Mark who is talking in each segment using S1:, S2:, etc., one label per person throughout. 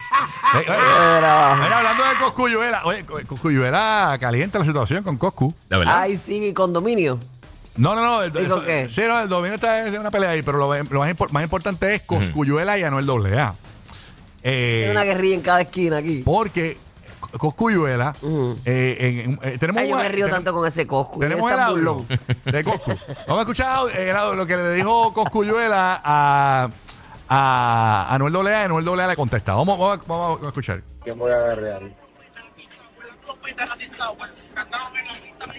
S1: Eh, eh, eh, mira, hablando de Coscuyuela, oye, Co- Coscuyuela calienta la situación con Coscu.
S2: ¿De verdad?
S3: Ay, sí, y condominio.
S1: No, no, no. El,
S3: ¿Y con
S1: eso-
S3: qué?
S1: Sí, no, el dominio está en una pelea ahí, pero lo, lo más, impor- más importante es Coscuyuela y Anuel AA. Eh,
S3: Hay una guerrilla en cada esquina aquí.
S1: porque Coscuyuela,
S3: Ujú.
S1: eh, en- en- eh, tenemos
S3: Ay, yo
S1: una-
S3: me río
S1: tenemos-
S3: tanto con ese Coscu.
S1: Tenemos
S3: es
S1: el
S3: tan
S1: audio
S3: burlón.
S1: de Coscu. Vamos a escuchar el audio, lo que le dijo Coscuyuela a, a Anuel Dolea. Anuel Dolea le contesta. Vamos, vamos, a- vamos a escuchar.
S4: Yo me voy a agarrar.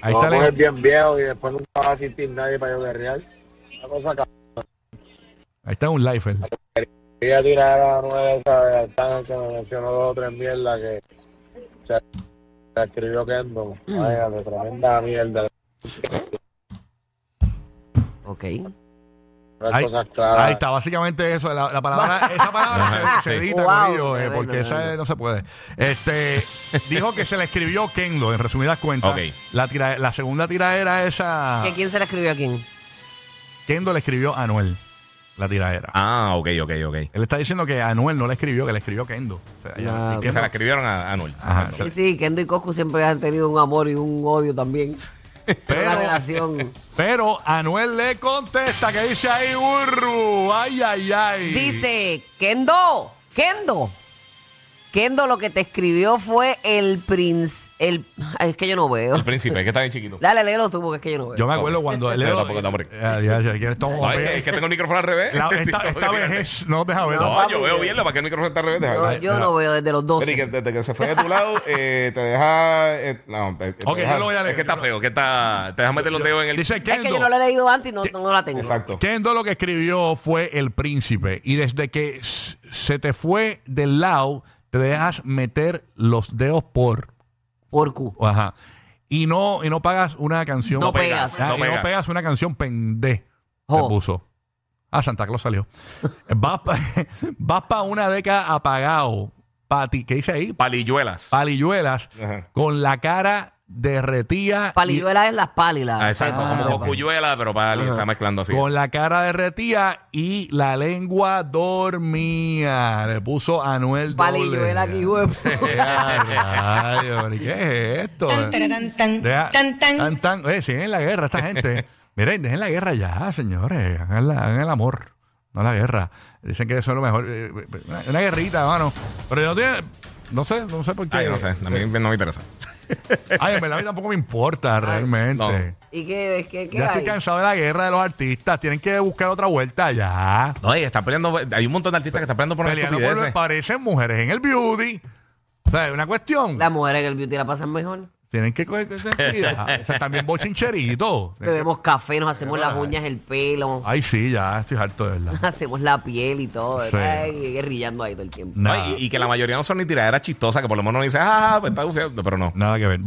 S1: Ahí
S4: Vamos
S1: está
S4: a coger
S1: el,
S4: bien viejo y después nunca va a asistir nadie para yo guerrear. La cosa que
S1: ahí está un live. eh. él.
S4: quería tirar a la nueva esa de Arcángel que me mencionó dos o tres mierdas que se la escribió Kendo.
S1: Mm.
S4: Vaya, de tremenda mierda.
S3: Ok.
S4: Las
S1: Ahí-
S4: cosas claras.
S1: Ahí está, básicamente eso. La, la palabra, esa palabra
S2: Ajá,
S1: se, se
S2: sí.
S1: edita,
S3: Wow,
S1: corillo, eh,
S3: tremendo,
S1: porque esa
S3: tremendo.
S1: no se puede. Este dijo que se la escribió Kendo, en resumidas cuentas.
S2: Ok.
S1: La, tira- la segunda tiradera esa.
S3: ¿Que ¿Quién se la escribió a quién?
S1: Kendo le escribió a Anuel. La tiradera.
S2: Ah, ok, ok, ok.
S1: Él está diciendo que Anuel no la escribió, que la escribió Kendo. O sea, ya-
S3: Ah,
S1: y
S3: ok.
S2: Que
S1: Kendo-
S2: se la escribieron a a Anuel.
S1: Ajá,
S3: Sí, sí, Kendo y Coscu siempre han tenido un amor y un odio también.
S1: Pero-
S3: Una relación.
S1: Pero Anuel le contesta que dice ahí, burro, ay, ay, ay.
S3: Dice, Kendo, Kendo. Kendo lo que te escribió fue el prince. El... Ay, es que yo no veo.
S2: El príncipe, es que está bien chiquito.
S3: Dale, léelo tú porque es que yo no veo.
S1: Yo me acuerdo
S2: Tampoco.
S1: cuando...
S2: Yo tampoco, tampoco.
S1: Ah, ya, ya, ya, estamos-
S2: No, es, que, es que tengo el micrófono al revés.
S1: La- esta, esta vejez no nos deja ver.
S2: No,
S3: papi,
S2: yo veo
S3: yo-
S2: bien, ¿para qué el micrófono está al revés? Deja-
S3: Yo,
S2: Ay,
S3: yo no veo desde los
S2: Pero y que
S3: 12.
S2: desde que se fue de tu lado, eh, te deja. eh, no, eh, te
S1: Ok,
S2: deja-
S1: yo lo voy a leer.
S2: Es que está
S1: Yo-
S2: feo, que está. Te deja meter los dedos en el.
S1: Dice
S3: Es
S1: Kendo.
S3: que yo no la he leído antes y no, no la tengo.
S2: Exacto.
S1: Kendo lo que escribió fue El Príncipe. Y desde que s- se te fue del lado, te dejas meter los dedos por.
S3: Por Q.
S1: Ajá. Y no, y no pagas una canción.
S3: No pegas.
S1: Ah,
S2: No
S1: y no
S2: pegas.
S1: pegas una canción pende. Se
S3: Jo.
S1: puso. Ah, Santa Claus salió. Vas para una década apagado. Pati, ¿qué dice ahí?
S2: Palilluelas.
S3: Ah,
S1: Palilluelas.
S2: Ajá.
S1: Con la cara derretida. y-
S3: Palilluela es las pálidas.
S2: Ah, exacto,
S1: Ah,
S2: como
S1: ok.
S2: cocuyuela, pero para está mezclando así.
S1: Con la cara derretida y la lengua dormía. Le puso Anuel
S3: Palilluela
S1: doble.
S3: aquí, güey.
S1: Eh, ay, rayos, ¿y ¿Qué es esto?
S5: Tan, tararán, tan,
S1: Deja-
S5: tan, tan.
S1: tan, tan. Oye, siguen en la guerra esta gente. Miren, dejen la guerra ya, señores. Hagan, la- hagan el amor, no la guerra. Dicen que eso es lo mejor. Eh, eh, Una, una guerrita, hermano. Pero yo no tiene... No sé, no sé por qué.
S2: Ay, no sé,
S1: eh.
S2: a mí no me interesa.
S1: Ay, en verdad a mí tampoco me importa realmente.
S2: no.
S3: ¿Y qué, qué, qué
S1: Ya
S3: hay?
S1: estoy cansado de la guerra de los artistas. Tienen que buscar otra vuelta ya.
S2: No, y están peleando. Hay un montón de artistas que están peleando por una
S1: Peleando por
S2: estupidez.
S1: parecen mujeres en el beauty. O sea, es una cuestión.
S3: Las mujeres en el beauty la pasan mejor.
S1: Tienen que coger esa actividad. O sea, también bochincheritos.
S3: Bebemos café, nos hacemos las uñas, el pelo,
S1: Ay, sí, ya estoy harto de verdad.
S3: hacemos la piel y todo.
S1: Ah. Sí.
S3: Ay, guerrillando ahí todo el tiempo.
S1: Nada,
S2: Ay, y, y que la mayoría no son ni tiraderas chistosas, que por lo menos no dice, ah, pues está bufeando, pero no.
S1: nada que ver.